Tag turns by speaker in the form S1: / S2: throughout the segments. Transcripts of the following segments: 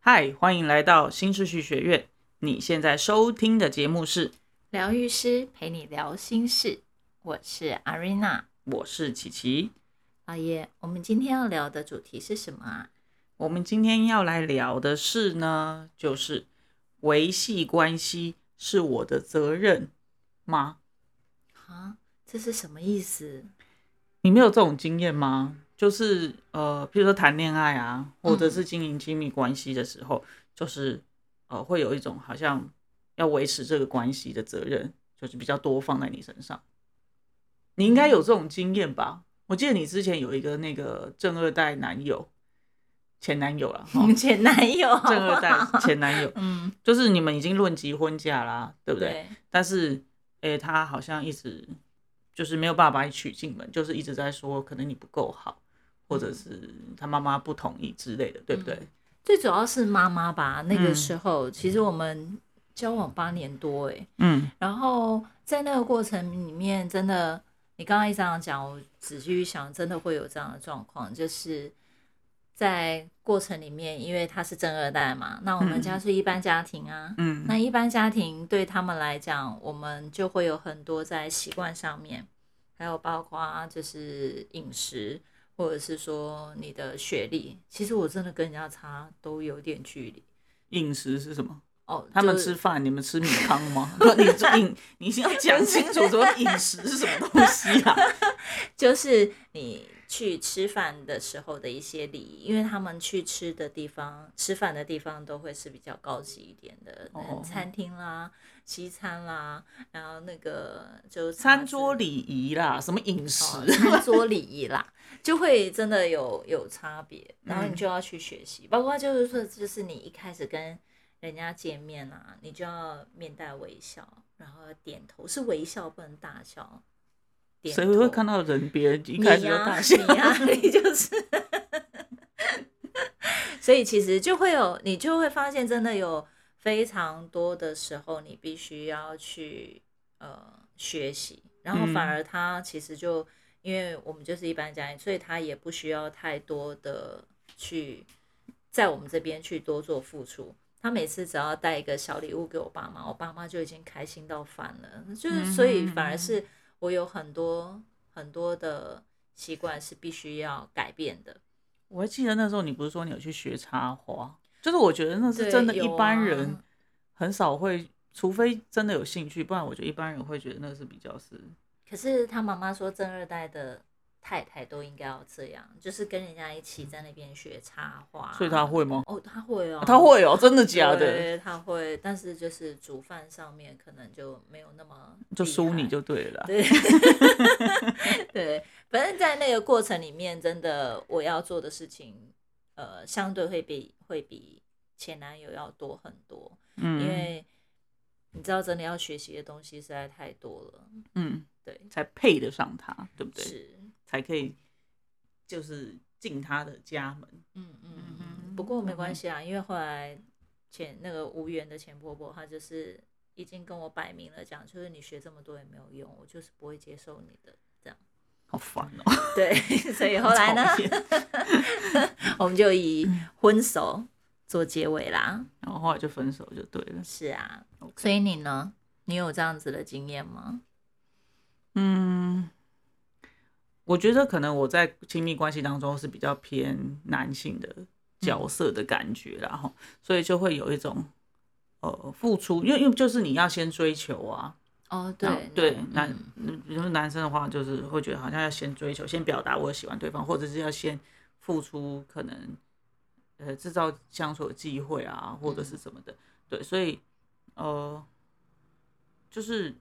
S1: 嗨，欢迎来到新秩序学院。你现在收听的节目是，
S2: 疗愈师陪你聊心事，我是阿瑞娜
S1: 我是琪琪。
S2: 老爷。我们今天要聊的主题是什么啊？
S1: 我们今天要来聊的是呢，就是维系关系是我的责任吗？
S2: 啊，这是什么意思？
S1: 你没有这种经验吗？就是呃，比如说谈恋爱啊，或者是经营亲密关系的时候，就是呃，会有一种好像要维持这个关系的责任，就是比较多放在你身上。你应该有这种经验吧？我记得你之前有一个那个正二代男友，前男友了，
S2: 我
S1: 哈
S2: 们前男友好不好，
S1: 正二代前男友，
S2: 嗯，
S1: 就是你们已经论及婚嫁啦，对不对？
S2: 对，
S1: 但是，诶、他好像一直就是没有办法把你娶进门，就是一直在说可能你不够好，或者是他妈妈不同意之类的，对不对？
S2: 最主要是妈妈吧。那个
S1: 嗯
S2: 时候，其实我们交往八年多，哎，
S1: 嗯
S2: 然后在那个过程里面，真的，你刚刚一这样讲，我仔细想，真的会有这样的状况，就是在过程里面，因为他是正二代嘛，那我们家是一般家庭啊，
S1: 嗯
S2: 那一般家庭对他们来讲，我们就会有很多在习惯上面，还有包括啊就是饮食，或者是说你的学历，其实我真的跟人家差都有点距离。
S1: 饮食是什么？
S2: 哦，
S1: 他们
S2: 就是
S1: 吃饭，你们吃米糠吗？不你饮，你先要讲清楚，说饮食 是什么东西啊？
S2: 就是你去吃饭的时候的一些礼仪，因为他们去吃的地方、吃饭的地方都会是比较高级一点的，嗯
S1: 哦
S2: 餐厅啦、西餐啦，然后那个就
S1: 餐桌
S2: 礼。
S1: 礼仪啦，什么饮食？
S2: 哦，餐桌礼仪啦，就会真的有有差别，然后
S1: 嗯
S2: 你就要去学习，包括就是说，就是你一开始跟人家见面啊，你就要面带微笑，然后点头，是微笑不能大笑。点
S1: 谁会
S2: 头
S1: 看到人别人一开始
S2: 你
S1: 就
S2: 呀
S1: 大笑？
S2: 你呀、 你就是。所以其实就会有，你就会发现，真的有非常多的时候，你必须要去呃学习，然后反
S1: 嗯
S2: 而他其实就、因为我们就是一般家庭，所以他也不需要太多的去在我们这边去多做付出。他每次只要带一个小礼物给我爸妈，我爸妈就已经开心到翻了。
S1: 嗯
S2: 就是所以反而是我有很多很多的习惯是必须要改变的。
S1: 我还记得那时候你不是说你有去学插花，就是我觉得那是
S2: 对
S1: 真的，一
S2: 有
S1: 般
S2: 啊
S1: 人很少会，除非真的有兴趣，不然我觉得一般人会觉得那是比较是，
S2: 可是他妈妈说，正二代的太太都应该要这样，就是跟人家一起在那边学插花。
S1: 所以他会吗？
S2: 哦，他会哦，
S1: 他会哦，真的假的？
S2: 对，他会，但是就是煮饭上面可能就没有那么
S1: 就
S2: 厉
S1: 输你
S2: 害
S1: 就对了啦。
S2: 对 对，反正在那个过程里面，真的我要做的事情，呃，相对会比会比前男友要多很多，因
S1: 嗯
S2: 为你知道，真的要学习的东西实在太多了，
S1: 嗯，
S2: 对，
S1: 才配得上他，对不对？
S2: 是，
S1: 才可以就是进他的家门。
S2: 嗯嗯
S1: 嗯哼
S2: 嗯，不过
S1: 嗯
S2: 没
S1: 哼
S2: 关系啊，因为后来前那个无缘的前婆婆，她就是已经跟我摆明了讲，就是你学这么多也没有用，我就是不会接受你的。 这样。
S1: 好烦哦！
S2: 对，所以后来呢
S1: 讨，厌
S2: 我们就以婚手做结尾啦。
S1: 然后后来就分手就对了。
S2: 是啊所以你呢？你有这样子的经验吗？
S1: 嗯，我觉得可能我在亲密关系当中是比较偏男性的角色的感觉啦，哈、所以就会有一种呃付出，因为因为就是你要先追求啊，
S2: 哦，
S1: 然后对男
S2: 嗯，
S1: 比如说男生的话，就是会觉得好像要先追求，先表达我喜欢对方，或者是要先付出可能呃制造相处的机会啊，或者
S2: 嗯
S1: 是什么的，对，所以呃就是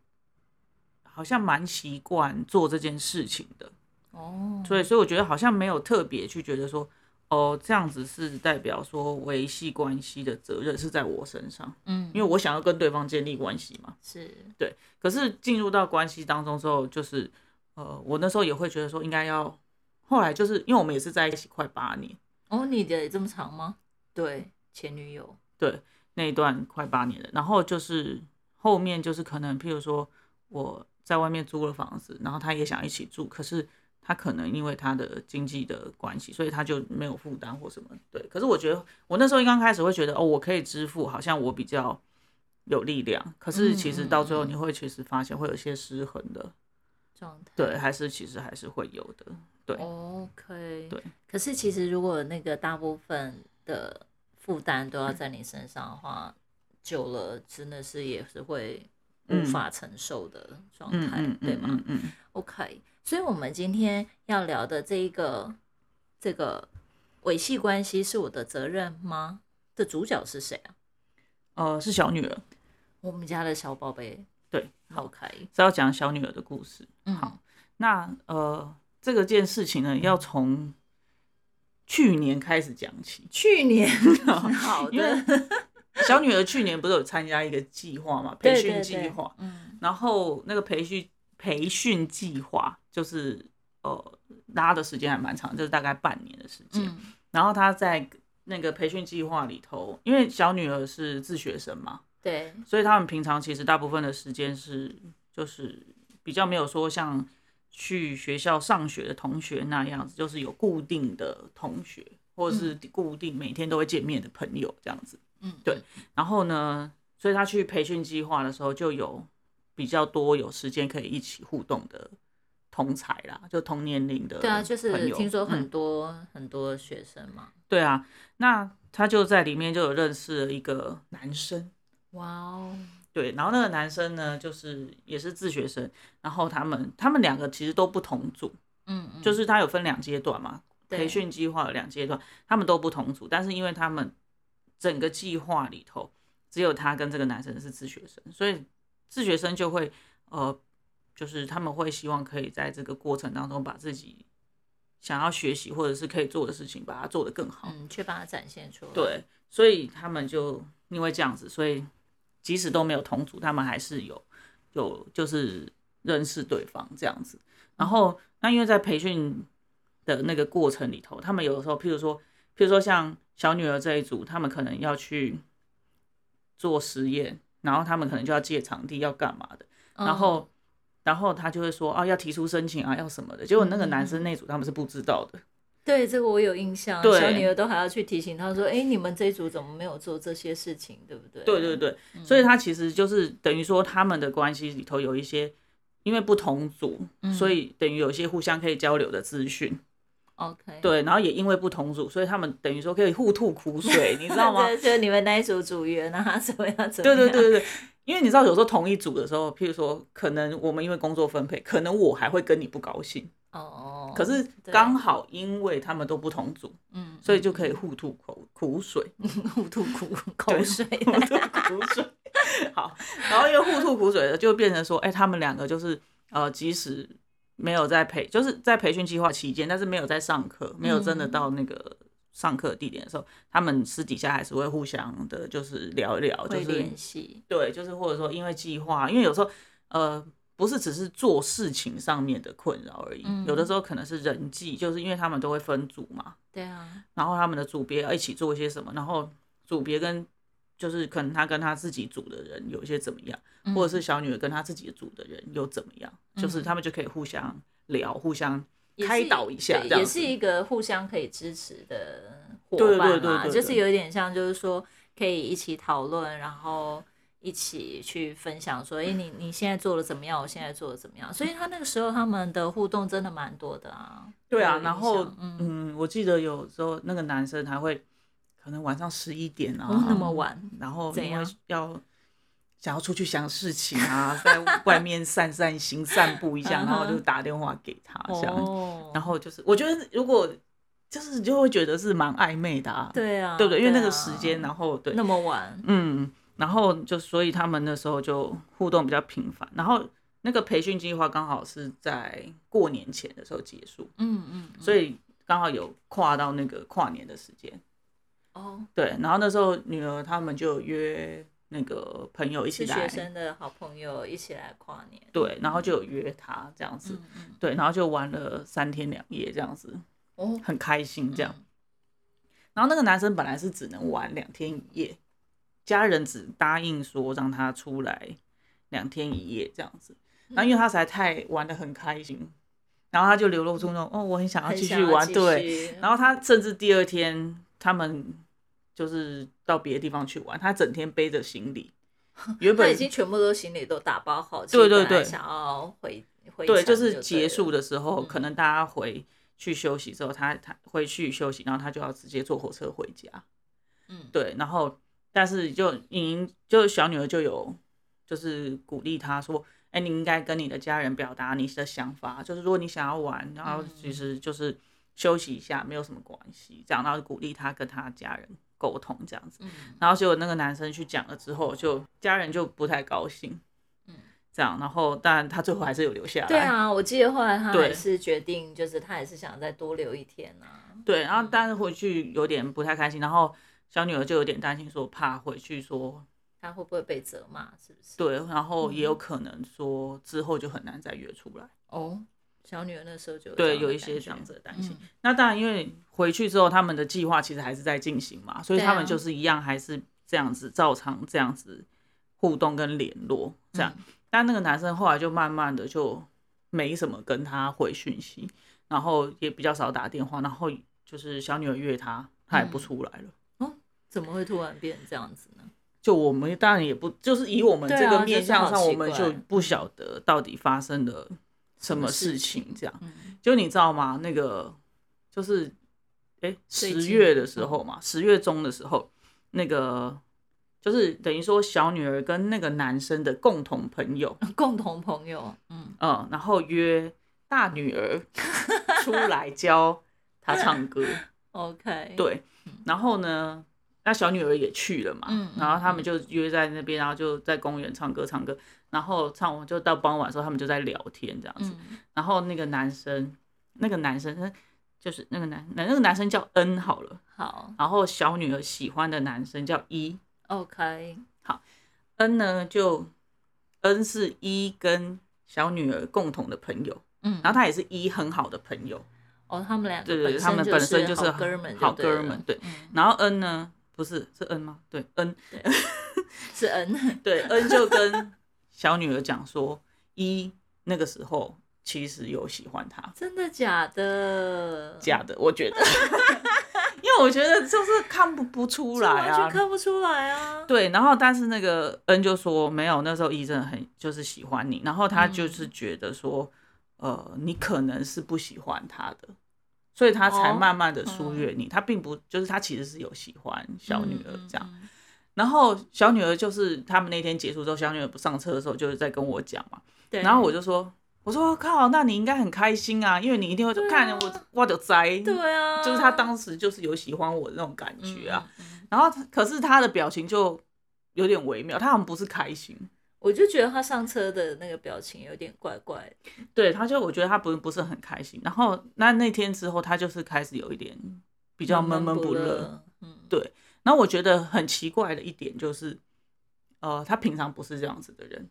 S1: 好像蛮习惯做这件事情的，
S2: 哦，
S1: 所以所以我觉得好像没有特别去觉得说。哦，这样子是代表说维系关系的责任是在我身上，
S2: 嗯，
S1: 因为我想要跟对方建立关系嘛。
S2: 是，
S1: 可是进入到关系当中之后，就是呃，我那时候也会觉得说应该要，后来就是因为我们也是在一起快八年，
S2: 哦，你的也这么长吗？对，前女友，
S1: 对那一段快八年的，然后就是后面就是可能譬如说我在外面租了房子，然后他也想一起住，可是他可能因为他的经济的关系，所以他就没有负担或什么。对，可是我觉得我那时候一刚开始会觉得，哦，我可以支付，好像我比较有力量。可是其实到最后，
S2: 嗯嗯嗯
S1: 你会其实发现会有一些失衡的，
S2: 状态。
S1: 对，还是其实还是会有的。对
S2: OK，
S1: 对。
S2: 可是其实如果那个大部分的负担都要在你身上的话，久了真的是也是会无
S1: 嗯
S2: 法承受的状
S1: 嗯
S2: 态，
S1: 嗯，
S2: 对吗、
S1: 嗯嗯嗯
S2: o k 所以我们今天要聊的这一个这个维系关系是我的责任吗？的主角是谁啊？
S1: 呃，是小女儿，
S2: 我们家的小宝贝
S1: 对，
S2: ，OK，
S1: 是要讲小女儿的故事。
S2: 嗯，
S1: 好那呃，这个件事情呢，要从去年开始讲起。
S2: 去年好
S1: 因为
S2: 的
S1: 小女儿去年不是有参加一个计划嘛，
S2: 对
S1: 培训
S2: 对
S1: 计
S2: 对
S1: 划，
S2: 嗯
S1: 然后那个培训培训计划就是呃拉的时间还蛮长，就是大概半年的时间。
S2: 嗯
S1: 然后她在那个培训计划里头，因为小女儿是自学生嘛，
S2: 对，
S1: 所以他们平常其实大部分的时间是就是比较没有说像去学校上学的同学那样子，就是有固定的同学或者是固定每天都会见面的朋友这样子。
S2: 嗯
S1: 对然后呢，所以他去培训计划的时候就有比较多有时间可以一起互动的同才啦，就同年龄的
S2: 对啊，就是
S1: 朋友
S2: 听说
S1: 嗯
S2: 很多、很多学生嘛，
S1: 对啊，那他就在里面就有认识了一个男生。
S2: 哇哦，
S1: 对，然后那个男生呢，就是也是自学生，然后他们他们两个其实都不同组，
S2: 嗯，嗯
S1: 就是他有分两阶段嘛，培
S2: 对
S1: 训计划有两阶段，他们都不同组，但是因为他们整个计划里头只有他跟这个男生是自学生，所以自学生就会呃，就是他们会希望可以在这个过程当中把自己想要学习或者是可以做的事情，把它做得更好。
S2: 嗯，去把它展现出来，，
S1: 对，所以他们就因为这样子，所以即使都没有同组，他们还是有有就是认识对方这样子。然后那因为在培训的那个过程里头，他们有的时候，譬如说，譬如说像小女儿这一组，他们可能要去做实验，然后他们可能就要借场地，要干嘛的，
S2: 嗯
S1: 然后。然后他就会说啊，要提出申请啊，要什么的。结果那个男生那组他们是不知道的，
S2: 对这个我有印象，
S1: 对
S2: 小女儿都还要去提醒他说，哎，你们这一组怎么没有做这些事情，对不对？
S1: 对对对，所以他其实就是等于说他们的关系里头有一些，因为不同组，所以等于有一些互相可以交流的资讯。
S2: ，OK，
S1: 对，然后也因为不同组，所以他们等于说可以互吐苦 水，你知道吗？
S2: 对，就你们那一组组员啊， 怎么样怎么
S1: 对
S2: 样，
S1: 对对对对，因为你知道有时候同一组的时候，譬如说可能我们因为工作分配，可能我还会跟你不高兴，
S2: 哦，哦，
S1: 可是
S2: 对
S1: 刚好因为他们都不同组，
S2: 嗯，
S1: 所以就可以互吐口苦水。
S2: 互吐苦 口水，
S1: 互吐苦水。好，然后因为互吐苦水的，就变成说，哎、他们两个就是呃，即使没有在培，就是在培训计划期间，但是没有在上课，没有真的到那个上课地点的时候，他们私底下还是会互相的，就是聊一聊，就
S2: 会
S1: 是
S2: 联系，
S1: 对，就是或者说因为计划，因为有时候呃。不是只是做事情上面的困扰而已，
S2: 嗯
S1: 有的时候可能是人际，就是因为他们都会分组嘛，
S2: 对啊，
S1: 然后他们的组别要一起做一些什么，然后组别跟就是可能他跟他自己组的人有一些怎么样，
S2: 嗯
S1: 或者是小女儿跟她自己的组的人有怎么样，就是他们就可以互相聊，互相
S2: 也是
S1: 开导一下这
S2: 对
S1: 样
S2: 也
S1: 子
S2: 是一个互相可以支持的伙
S1: 对对
S2: 伴啦，
S1: 对对对
S2: 就是有点像，就是说可以一起讨论，然后一起去分享说，哎、你你现在做的怎么样？我现在做的怎么样？所以他那个时候他们的互动真的蛮多的啊。
S1: 对啊
S2: 有，印
S1: 然后
S2: 象嗯，
S1: 嗯，我记得有时候那个男生还会可能晚上十一点啊、
S2: 哦那么晚，
S1: 然后
S2: 怎
S1: 因为
S2: 样
S1: 要想要出去想事情啊，在外面散散心、散步一下，然后就打电话给他这样子。
S2: 哦，
S1: 然后就是，我觉得如果就是就会觉得是蛮暧昧的啊，
S2: 对啊，
S1: 对不对？因为那个
S2: 啊
S1: 时间，然后对，
S2: 那么晚，
S1: 嗯，然后就所以他们那时候就互动比较频繁，然后那个培训计划刚好是在过年前的时候结束，
S2: 嗯嗯，嗯
S1: 所以刚好有跨到那个跨年的时间，
S2: 哦，
S1: 对，然后那时候女儿他们就有约那个朋友一起
S2: 是学
S1: 来，
S2: 生的好朋友一起来跨年，
S1: 对，然后就有约他这样子
S2: 嗯，嗯，
S1: 对，然后就玩了三天两夜这样子，
S2: 哦，
S1: 很开心这样。
S2: 嗯
S1: 然后那个男生本来是只能玩两天一夜，家人只答应说让他出
S2: 嗯
S1: 来两天一夜这样子。那因为他实在太玩的很开心，然后他就流露出那种哦，我很想要
S2: 很
S1: 继
S2: 想
S1: 续
S2: 要
S1: 玩，
S2: 继
S1: 对。
S2: 续
S1: 然后他甚至第二天他们就是到别的地方去玩，他整天背着行 李，原
S2: 他
S1: 本
S2: 已经全部都行李都打包好，
S1: 对对
S2: 其实本来
S1: 对
S2: 想要回回
S1: 对，
S2: 程就
S1: 就是结束
S2: 的，
S1: 的时候，
S2: 嗯
S1: 可能大家回去休息之后，他他回去休息，然后他就要直接坐火车回家。
S2: 嗯，
S1: 对，然后但是就莹莹就小女儿就有就是鼓励她说，哎、你应该跟你的家人表达你的想法，就是如果你想要玩，然
S2: 嗯
S1: 后其实就是休息一下，没有什么关系，这样，然后鼓励她跟她家人沟通这样子。
S2: 嗯
S1: 然后结果那个男生去讲了之后，就家人就不太高兴，
S2: 嗯
S1: 这样，然后但他最后还是有留下来。
S2: 对啊，我记得后来他
S1: 对
S2: 还是决定，就是他还是想再多留一天啊。
S1: 对，然后但是回去有点不太开心，然后小女儿就有点担心，说怕回去说
S2: 他会不会被责骂？是不是？
S1: 对，然后也有
S2: 嗯
S1: 可能说之后就很难再约出来。
S2: 哦，小女儿那时候就
S1: 对，
S2: 这样的
S1: 有一些
S2: 感
S1: 这样
S2: 觉
S1: 子的担心。
S2: 嗯
S1: 那当然，因为回去之后他们的计划其实还是在进行嘛，所以
S2: 对
S1: 他们
S2: 啊
S1: 就是一样还是这样子，照常这样子互动跟联络这样。但那个男生后来就慢慢的就没什么跟他回讯息，然后也比较少打电话，然后就是小女儿约他，他也不
S2: 嗯
S1: 出来了。
S2: 怎么会突然变成这样子呢？
S1: 就我们当然也不，就是以我们
S2: 对啊
S1: 这个面
S2: 真
S1: 向
S2: 是好
S1: 上，
S2: 奇
S1: 我们就
S2: 怪
S1: 不晓得到底发生了什么事情。这样，
S2: 嗯，
S1: 就你知道吗？那个就是，哎，
S2: 最
S1: 十
S2: 近嗯
S1: 月的时候嘛，十月中的时候，那个就是等于说小女儿跟那个男生的共同朋友，
S2: 共同朋友，嗯，
S1: 嗯，然后约大女儿出来教她唱歌。
S2: OK，，
S1: 对，然后呢，那小女儿也去了嘛，
S2: 嗯嗯
S1: 然后他们就约在那边，然后就在公园唱歌唱歌，然后唱完就到傍晚的时候，他们就在聊天这样子，
S2: 嗯，
S1: 然后那个男生，那个男生就是那个男，那那个男生叫 N 好了，
S2: 好
S1: 然后小女儿喜欢的男生叫一、
S2: ，OK，
S1: n 呢就 N 是一、跟小女儿共同的朋友，
S2: 嗯，
S1: 然后他也是一、很好的朋友，
S2: 哦，他们两个
S1: 对对对
S2: 身
S1: 他们本身就是
S2: 好
S1: 好
S2: 哥们，
S1: 好
S2: 对了
S1: 哥们对
S2: 嗯
S1: 然后 N 呢不是是 N 吗？对，N
S2: 是 N，
S1: 对，N 就跟小女儿讲说，一那个时候其实有喜欢他，
S2: 真的假的？
S1: 假的，我觉得， 因为我觉得就是看不不出来
S2: 这完全
S1: 啊。
S2: 看不出来啊。
S1: 对，然后但是那个 N 就说没有，那时候一真的很就是喜欢你，然后他
S2: 嗯
S1: 就是觉得说，呃，你可能是不喜欢他的，所以他才
S2: 哦
S1: 慢慢的疏远你。他并不就是他其实是有喜欢小女儿这样，
S2: 嗯，嗯
S1: 然后小女儿就是他们那天结束之后，小女儿不上车的时候就是在跟我讲嘛，
S2: 对
S1: 然后我就说，我说靠，那你应该很开心啊，因为你一定会说、
S2: 对
S1: 看
S2: 啊
S1: 我我就栽，
S2: 对啊，
S1: 就是他当时就是有喜欢我的那种感觉啊。
S2: 嗯。嗯嗯
S1: 然后他可是他的表情就有点微妙，他好像不是开心，
S2: 我就觉得他上车的那个表情有点怪怪的，
S1: 对，他就我觉得他不是不是很开心。然后那那天之后，他就是开始有一点比
S2: 比
S1: 较闷闷
S2: 不
S1: 不乐。
S2: 乐。嗯，
S1: 对然后我觉得很奇怪的一点就是，呃，他平常不是这样子的人，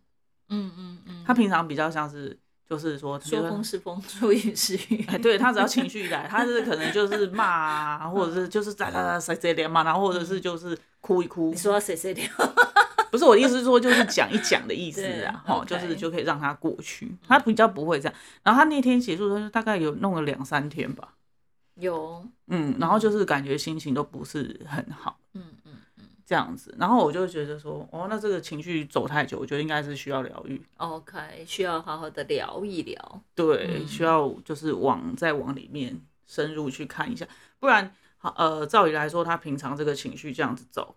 S2: 嗯嗯嗯，
S1: 他平常比较像是就是说
S2: 说
S1: 就是
S2: 风是风，说雨是雨。
S1: 哎，对他只要情绪一来，他是可能就是骂啊，或者是就是咋咋咋谁谁连骂，然后或者是就是哭一哭
S2: 你。说到谁谁 掉？
S1: 不是我的意思，是说就是讲一讲的意思啊，
S2: 对
S1: 哈，
S2: ，OK
S1: 就是就可以让他过去。他比较不会这样。然后他那天结束的时候，大概有弄了两三天吧，
S2: 有，
S1: 嗯，然后就是感觉心情都不是很好
S2: 嗯嗯嗯
S1: 这样子。然后我就觉得说，哦，那这个情绪走太久，我觉得应该是需要疗愈，
S2: ，OK，需要好好的聊一聊。
S1: 对，
S2: 嗯
S1: 需要就是往再往里面深入去看一下，不然，好呃，照理来说，他平常这个情绪这样子走，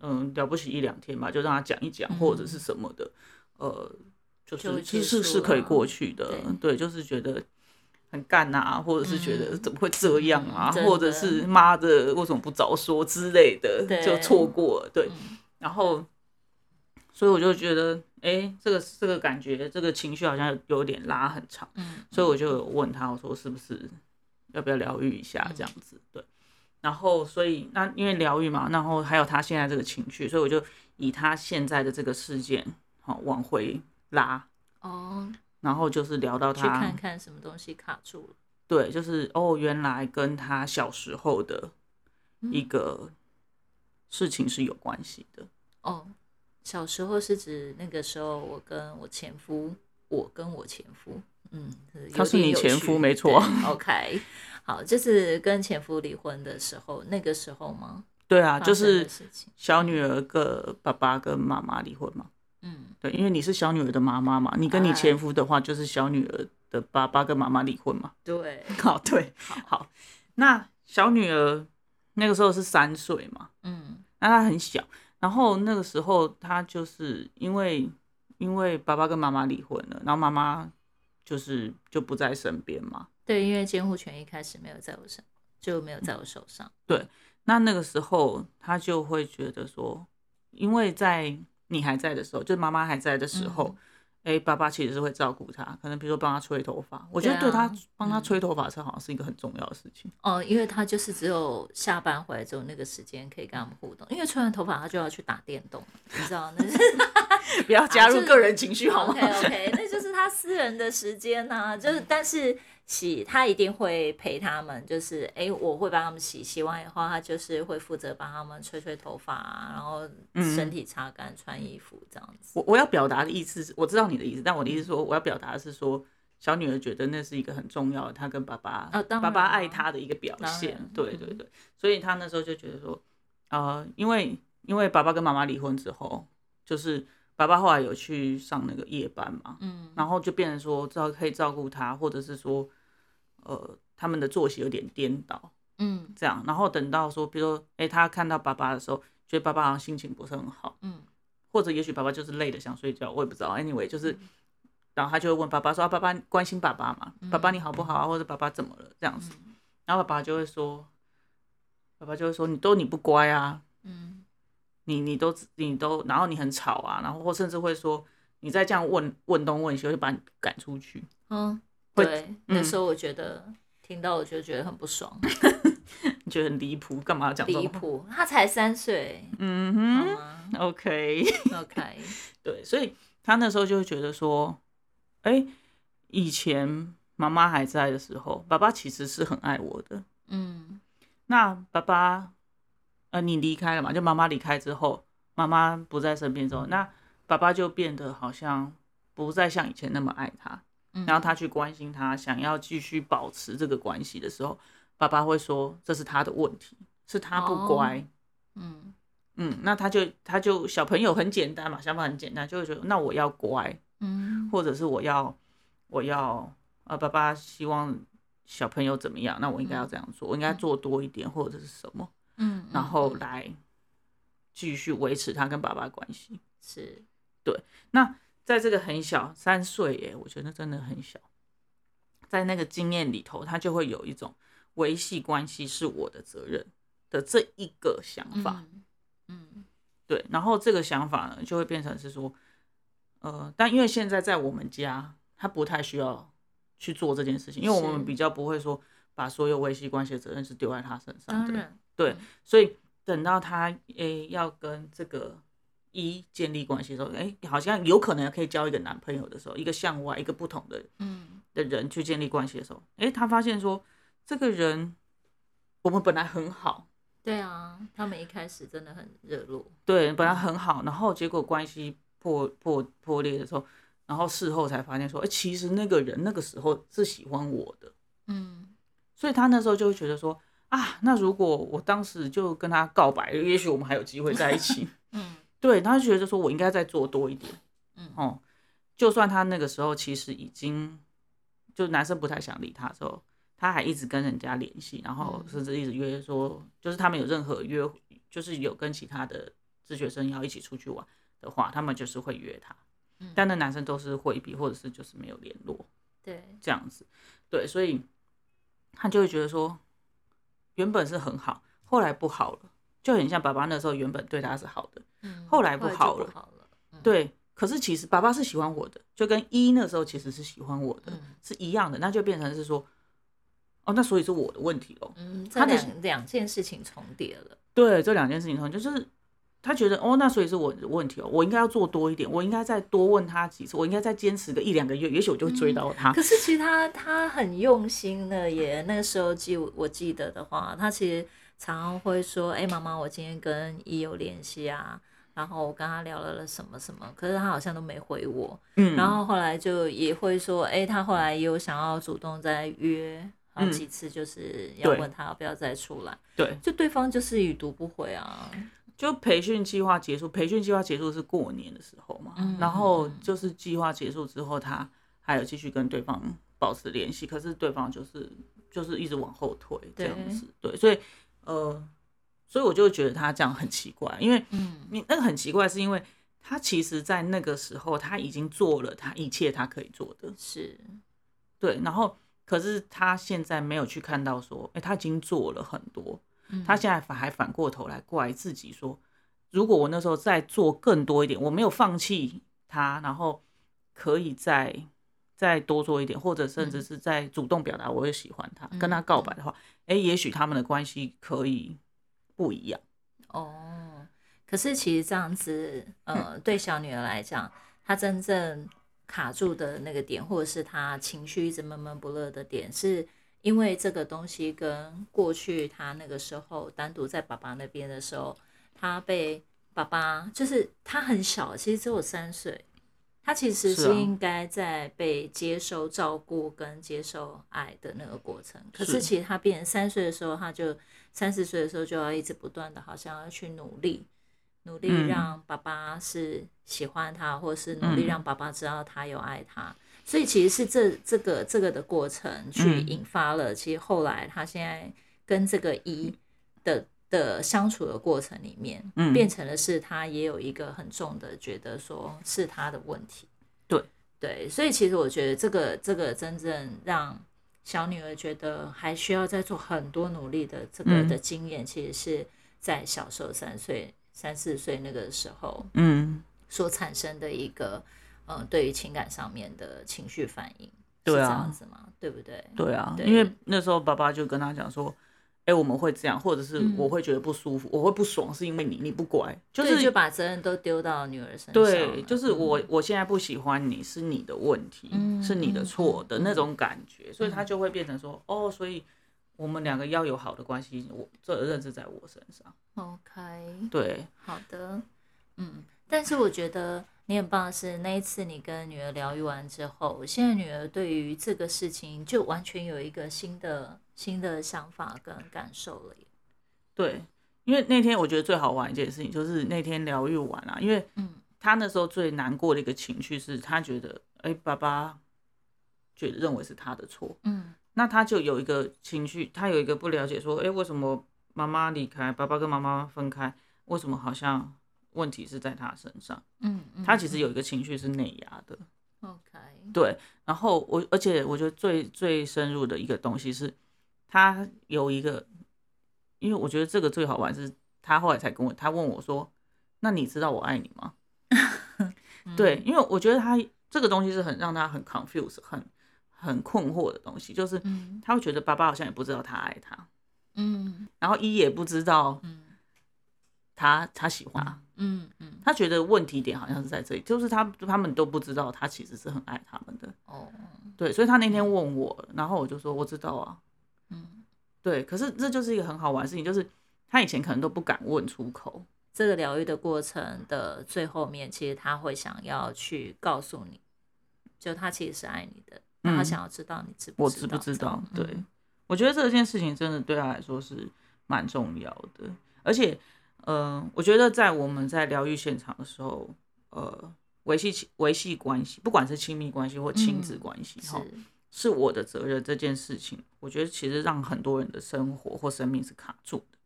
S1: 嗯，了不起一两天吧，就让他讲一讲或者是什么的，呃，就
S2: 嗯就会
S1: 是
S2: 结
S1: 是是
S2: 束
S1: 是可以
S2: 了
S1: 过去的，对，就是觉得。很干啊，或者是觉得怎么会这样啊，
S2: 嗯真的
S1: 或者是妈的为什么不早说之类的，
S2: 对
S1: 就错过了。对，
S2: 嗯
S1: 然后，所以我就觉得，哎，这个这个感觉，这个情绪好像有有点拉很长，
S2: 嗯，
S1: 所以我就有问他，我说是不是要不要疗愈一
S2: 嗯
S1: 下这样子？对，然后所以那因为疗愈嘛，然后还有他现在这个情绪，所以我就以他现在的这个事件，好、往回拉，
S2: 哦，
S1: 然后就是聊到
S2: 去
S1: 他，
S2: 看看什么东西卡住了。
S1: 对，就是哦，原来跟他小时候的
S2: 嗯
S1: 一个事情是有关系的。
S2: 哦，小时候是指那个时候我跟我前夫我跟我前夫，嗯，有
S1: 他是
S2: 点
S1: 你
S2: 有
S1: 前
S2: 趣
S1: 夫没
S2: 对
S1: 错
S2: OK，好，就是跟前夫离婚的时候，那个时候吗？
S1: 对啊，
S2: 发
S1: 就
S2: 生的
S1: 是
S2: 事情
S1: 小女儿跟爸爸跟妈妈离婚嘛。
S2: 嗯，
S1: 对，因为你是小女儿的妈妈嘛，你跟你
S2: 哎
S1: 前夫的话就是小女儿的爸爸跟妈妈离婚嘛。
S2: 对，
S1: 好，对，好，那小女儿那个时候是三岁嘛，
S2: 嗯
S1: 那她很小，然后那个时候她就是因为因为爸爸跟妈妈离婚了，然后妈妈就是就不在身边嘛，
S2: 对，因为监护权一开始没有在我身，就没有在我手上。
S1: 那那个时候他就会觉得说，因为在你还在的时候，就是妈妈还在的时候，
S2: 嗯
S1: 哎、爸爸其实是会照顾他，可能比如说帮他吹头发。我觉得
S2: 对
S1: 对
S2: 啊
S1: 他帮他
S2: 嗯
S1: 吹头发是好像是一个很重要的事情。
S2: 哦，因为他就是只有下班回来之后那个时间可以跟他们互动，因为吹完头发他就要去打电动，你知 道那是。
S1: 不要加入
S2: 啊就是
S1: 个人情绪好吗？
S2: OK OK，那就是他私人的时间呐、就是但是洗他一定会陪他们，就是哎、诶我会帮他们洗，洗完以后他就是会负责帮他们吹吹头发、啊，然后
S1: 嗯
S2: 身体擦干、穿衣服这样子。
S1: 我我要表达的意思是，我知道你的意思，但我的意思是说，我要表达的是说，小女儿觉得那是一个很重要的，她跟爸爸，
S2: 哦当然
S1: 爸爸爱
S2: 啊
S1: 她的一个表
S2: 当
S1: 现
S2: 然。嗯
S1: 对对对，所以她那时候就觉得说，呃，因为因为爸爸跟妈妈离婚之后，就是爸爸后来有去上那个夜班嘛，
S2: 嗯，
S1: 然后就变成说照可以照顾她，或者是说，呃，他们的作息有点颠倒
S2: 嗯
S1: 这样，然后等到说，比如说，哎、她看到爸爸的时候，觉得爸爸好像心情不是很好。
S2: 嗯
S1: 或者也许爸爸就是累了想睡觉，我也不知道。Anyway，就是，
S2: 嗯
S1: 然后他就会问爸爸说：“啊，爸爸关心爸爸嘛，
S2: 嗯
S1: 爸爸你好不好啊？或者爸爸怎么了这样子。”然后爸爸就会说：“爸爸就会说你都你不乖啊，
S2: 嗯
S1: 你你都你都，然后你很吵啊，然后或甚至会说你再这样问问东问西，我就把你赶出去。
S2: 嗯，
S1: 会
S2: 对，那时候我觉得。听到我就觉得很不 爽，
S1: 你觉得很离谱，干嘛要讲这种
S2: 离
S1: 话？
S2: 谱。他才三岁，
S1: 嗯
S2: 好
S1: 哼
S2: 吗
S1: ，OK。”
S2: ？OK，
S1: 对，所以他那时候就会觉得说，哎、以前妈妈还在的时候，爸爸其实是很爱我的。
S2: 嗯
S1: 那爸爸，呃，你离开了嘛？就妈妈离开之后，妈妈不在身边之后，那爸爸就变得好像不再像以前那么爱他。
S2: 嗯，
S1: 然后他去关心他，想要继续保持这个关系的时候，爸爸会说这是他的问题，是他不
S2: 哦
S1: 乖。
S2: 嗯
S1: 嗯，那他就他就小朋友很简单嘛，想法很简单，就会觉得那我要乖，
S2: 嗯
S1: 或者是我要我要呃，爸爸希望小朋友怎么样，那我应该要这样做，我应该做多一点或者是什么，
S2: 嗯，
S1: 然后
S2: 嗯
S1: 来继续维持他跟爸爸的关系。
S2: 是
S1: 在这个很小三岁耶，我觉得真的很小，在那个经验里头，他就会有一种维系关系是我的责任的这一个想法。
S2: 嗯，嗯
S1: 对，然后这个想法呢，就会变成是说，呃，但因为现在在我们家，他不太需要去做这件事情，因为我
S2: 是
S1: 们比较不会说把所有维系关系的责任是丢在他身上
S2: 当
S1: 的，
S2: 然，
S1: 对
S2: 嗯，
S1: 所以等到他诶、要跟这个一建立关系的时候，诶、好像有可能可以交一个男朋友的时候，一个向外一个不同的
S2: 嗯
S1: 的人去建立关系的时候，诶、他发现说这个人我们本来很好，
S2: 对啊，他们一开始真的很热络，
S1: 对，本来很好，然后结果关系破破破裂的时候，然后事后才发现说，哎、其实那个人那个时候是喜欢我的，
S2: 嗯，
S1: 所以他那时候就会觉得说，啊，那如果我当时就跟他告白，也许我们还有机会在一起。
S2: 嗯
S1: 对，他就觉得说我应该再做多一点，
S2: 嗯
S1: 哦，就算他那个时候其实已经就男生不太想理他的时候，他还一直跟人家联系，然后
S2: 嗯
S1: 甚至一直约说，就是他们有任何约，就是有跟其他的自学生要一起出去玩的话，他们就是会约他
S2: 嗯，
S1: 但那男生都是回避或者是就是没有联络
S2: 对，
S1: 这样子，对，所以他就会觉得说，原本是很好，后来不好了，就很像爸爸那时候原本对他是好的。
S2: 嗯，
S1: 后来不
S2: 就
S1: 好
S2: 了，
S1: 了
S2: 好了，嗯，
S1: 对，可是其实爸爸是喜欢我的，就跟一那时候其实是喜欢我的、
S2: 嗯
S1: 是一样的，那就变成是说，哦，那所以是我的问题咯。
S2: 嗯，这
S1: 他的
S2: 两两件事情重叠了，
S1: 对，这两件事情上就是他觉得哦，那所以是我的问题哦，我应该要做多一点，我应该再多问他几次，我应该再坚持个一两个月，也许我就会追到他。
S2: 嗯可是其实他他很用心的耶，那个时候记我记得的话，他其实常常会说：“哎、妈妈，我今天跟一有联系啊。”然后我跟他聊了了什么什么，可是他好像都没回我。
S1: 嗯，
S2: 然后后来就也会说，哎、他后来也有想要主动再约好
S1: 嗯
S2: 几次，就是要
S1: 对
S2: 问他要不要再出来，
S1: 对，
S2: 就对方就是已读不回啊。
S1: 就培训计划结束，培训计划结束是过年的时候嘛，
S2: 嗯
S1: 然后
S2: 嗯嗯
S1: 就是计划结束之后，他还有继续跟对方保持联系，可是对方就是就是一直往后退这样子，对，所以呃，所以我就觉得他这样很奇怪，因为
S2: 嗯，
S1: 你那个很奇怪，是因为他其实在那个时候他已经做了他一切他可以做的，
S2: 是，
S1: 对，然后可是他现在没有去看到说，哎、他已经做了很多，
S2: 嗯
S1: 他现在反还反过头来怪自己说，如果我那时候再做更多一点，我没有放弃他，然后可以再再多做一点，或者甚至
S2: 嗯
S1: 是再主动表达我也喜欢他，
S2: 嗯
S1: 跟他告白的话，哎、也许他们的关系可以不一样。
S2: 哦，可是其实这样子，呃，对小女儿来讲，她真正卡住的那个点，或者是她情绪一直闷闷不乐的点，是因为这个东西跟过去她那个时候单独在爸爸那边的时候，她被爸爸就是她很小，其实只有三岁。她其实
S1: 是
S2: 是
S1: 啊
S2: 应该在被接收照顾跟接受爱的那个过程，可
S1: 是
S2: 是其实她变成三岁的时候，她就三十岁的时候就要一直不断的，好像要去努力，努力
S1: 嗯
S2: 让爸爸是喜欢他，或是努力
S1: 嗯
S2: 让爸爸知道他有爱他。所以其实是这这个这个的过程去
S1: 嗯
S2: 引发了，其实后来他现在跟这个一的的相处的过程里面，
S1: 嗯
S2: 变成了是他也有一个很重的觉得说是他的问题。
S1: 对
S2: 对，所以其实我觉得这个这个真正让小女儿觉得还需要再做很多努力的这个
S1: 嗯
S2: 的经验，其实是在小时候三岁、三四岁那个时候
S1: 嗯，
S2: 所产生的一个，呃，对于情感上面的情绪反应，
S1: 对
S2: 是
S1: 啊
S2: 这样子吗？对不对？
S1: 对啊，
S2: 对
S1: 因为那时候爸爸就跟他讲说。哎、我们会这样，或者是
S2: 嗯
S1: 我会觉得不舒服，我会不爽，是因为你你不乖，就
S2: 对
S1: 是
S2: 就把责任都丢到女儿身上了，
S1: 对，就是我我现在不喜欢你是你的问题，
S2: 嗯
S1: 是你的错
S2: 嗯
S1: 的
S2: 嗯
S1: 那种感觉，所以他就会变成说，哦，所以我们两个要有好的关系，我责任是在我身上。
S2: 嗯 OK。
S1: 对，
S2: 好的，嗯，但是我觉得你很棒的是，那一次你跟女儿疗愈完之后，现在女儿对于这个事情就完全有一个新的新的想法跟感受了耶。
S1: 对，因为那天我觉得最好玩一件事情就是那天疗愈完啊，因为
S2: 嗯
S1: 他那时候最难过的一个情绪是他觉得，哎、爸爸觉得认为是他的错，
S2: 嗯
S1: 那他就有一个情绪，他有一个不了解，说，哎、为什么妈妈离开，爸爸跟妈妈分开，为什么好像问题是在他身上？
S2: 嗯嗯，
S1: 他其实有一个情绪是内压的，
S2: 嗯 OK，
S1: 对。然后我，而且我觉得最最深入的一个东西是，他有一个，因为我觉得这个最好玩是，他后来才跟我，他问我说，那你知道我爱你吗？
S2: 嗯
S1: 对，因为我觉得他这个东西是很让他很 confuse，很很困惑的东西，就是
S2: 嗯
S1: 他会觉得爸爸好像也不知道他爱他，
S2: 嗯
S1: 然后一也不知道
S2: 嗯
S1: 他他喜欢他，
S2: 嗯嗯，
S1: 他觉得问题点好像是在这里，就是他他们都不知道他其实是很爱他们的，
S2: 哦，
S1: 对，所以他那天问我，然后我就说我知道啊，
S2: 嗯，
S1: 对，可是这就是一个很好玩的事情，就是他以前可能都不敢问出口，
S2: 这个疗愈的过程的最后面，其实他会想要去告诉你，就他其实是爱你的，那他
S1: 嗯
S2: 想要知道你知不
S1: 我
S2: 知
S1: 知
S2: 道，嗯
S1: 不知
S2: 这样
S1: 道？对，我觉得这件事情真的对他来说是蛮重要的，而且，呃，我觉得在我们在疗愈现场的时候，呃，维系亲维系关系，不管是亲密关系或亲子
S2: 嗯
S1: 关系，哈、
S2: 是。
S1: 是我的责任这件事情，我觉得其实让很多人的生活或生命是卡住的。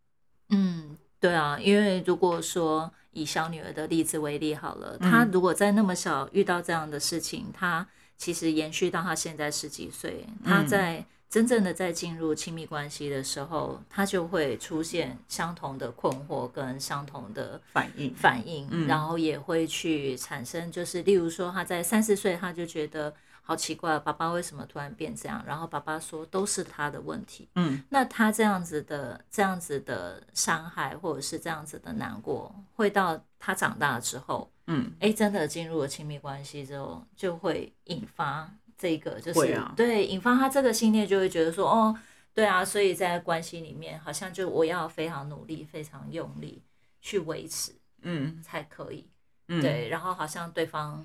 S2: 嗯，对啊，因为如果说以小女儿的例子为例好了，
S1: 嗯
S2: 她如果在那么小遇到这样的事情，她其实延续到她现在十几岁，她
S1: 嗯
S2: 在真正的在进入亲密关系的时候，她就会出现相同的困惑跟相同的
S1: 反应
S2: 反应，
S1: 嗯
S2: 然后也会去产生，就是例如说她在三十岁，她就觉得好奇怪，爸爸为什么突然变这样？然后爸爸说都是他的问题，
S1: 嗯，
S2: 那他这样子的、这样子的伤害，或者是这样子的难过，会到他长大之后，
S1: 嗯，
S2: 哎、真的进入了亲密关系之后，就会引发这个，就是、
S1: 会啊
S2: 对引发他这个信念，就会觉得说，哦，对啊，所以在关系里面，好像就我要非常努力、非常用力去维持，
S1: 嗯
S2: 才可以。
S1: 嗯，
S2: 对，然后好像对方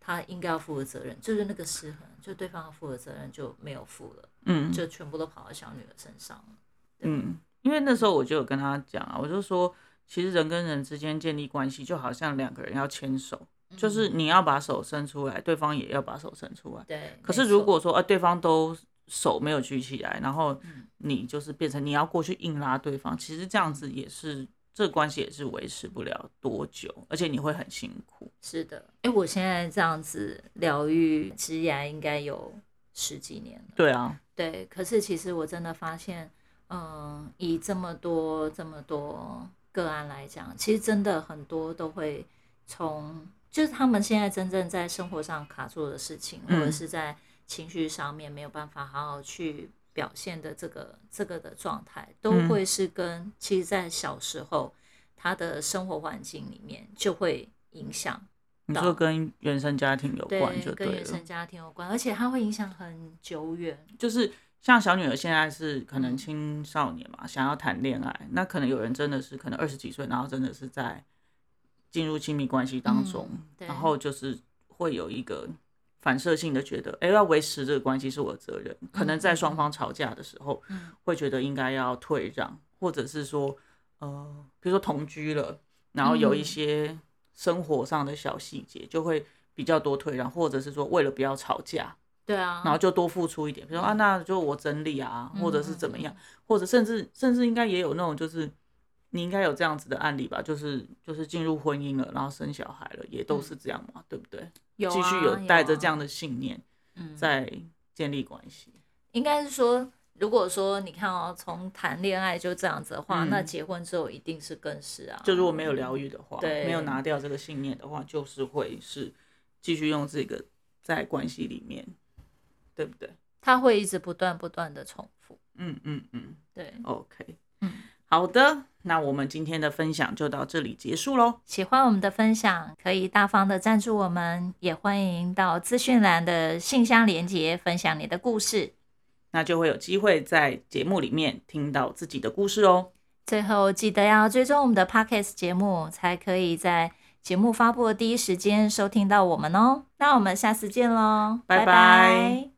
S2: 他应该要负的责任，就是那个失衡，就对方要负的责任就没有负了，
S1: 嗯，
S2: 就全部都跑到小女儿身上了。
S1: 嗯，因为那时候我就有跟他讲啊，我就说，其实人跟人之间建立关系，就好像两个人要牵手，
S2: 嗯
S1: 就是你要把手伸出来，对方也要把手伸出来。
S2: 对。
S1: 可是
S2: 没
S1: 如
S2: 错
S1: 果说啊，对方都手没有举起来，然后
S2: 嗯
S1: 你就是变成你要过去硬拉对方，其实这样子也是这个关系也是维持不了多久，而且你会很辛苦。
S2: 是的，哎、我现在这样子疗愈职涯应该有十几年了。
S1: 对啊，
S2: 对，可是其实我真的发现，嗯，以这么多这么多个案来讲，其实真的很多都会从，就是他们现在真正在生活上卡住的事情，或者
S1: 嗯
S2: 是在情绪上面没有办法好好去表现的这个这个的状态，都
S1: 嗯
S2: 会是跟其实，在小时候他的生活环境里面就会影响。
S1: 你
S2: 到
S1: 说跟原生家庭有关就
S2: 跟
S1: 对
S2: 原
S1: 了
S2: 生，家庭有关，而且它会影响很久远。
S1: 就是像小女儿现在是可能
S2: 嗯
S1: 青少年嘛，想要谈恋爱，那可能有人真的是可能二十几岁，然后真的是在进入亲密关系当中，
S2: 嗯对
S1: 然后就是会有一个反射性的觉得，哎、要维持这个关系是我的责任。可能在双方吵架的时候，
S2: 嗯
S1: 会觉得应该要退让，或者是说，呃，比如说同居了，然后有一
S2: 嗯
S1: 些生活上的小细节就会比较多退让，或者是说为了不要吵架，
S2: 对啊，
S1: 然后就多付出一点，比如说啊，
S2: 嗯
S1: 那就我整理啊，或者是怎么样，或者甚至甚至应该也有那种就是你应该有这样子的案例吧，就是就是进入婚姻了，然后生小孩了，也都是这样嘛，对不对？
S2: 嗯有
S1: 继续
S2: 啊
S1: 有带着这
S2: 啊
S1: 样的信念
S2: 嗯，
S1: 在建立关系，
S2: 应该是说，如果说你看哦，从谈恋爱就这样子的话，
S1: 嗯
S2: 那结婚之后一定是更是啊。
S1: 就如果没有疗愈的话，
S2: 对
S1: 没有拿掉这个信念的话，就是会是继续用这个在关系里面，对不对？
S2: 他会一直不断不断的重复。
S1: 嗯嗯嗯
S2: 对，
S1: ，OK，
S2: 嗯，
S1: 好的，那我们今天的分享就到这里结束喽。
S2: 喜欢我们的分享，可以大方的赞助我们，也欢迎到资讯栏的信箱连接分享你的故事。
S1: 那就会有机会在节目里面听到自己的故事哦。
S2: 最后记得要追踪我们的 Podcast 节目，才可以在节目发布的第一时间收听到我们哦。那我们下次见喽，
S1: 拜
S2: 拜
S1: 拜
S2: 拜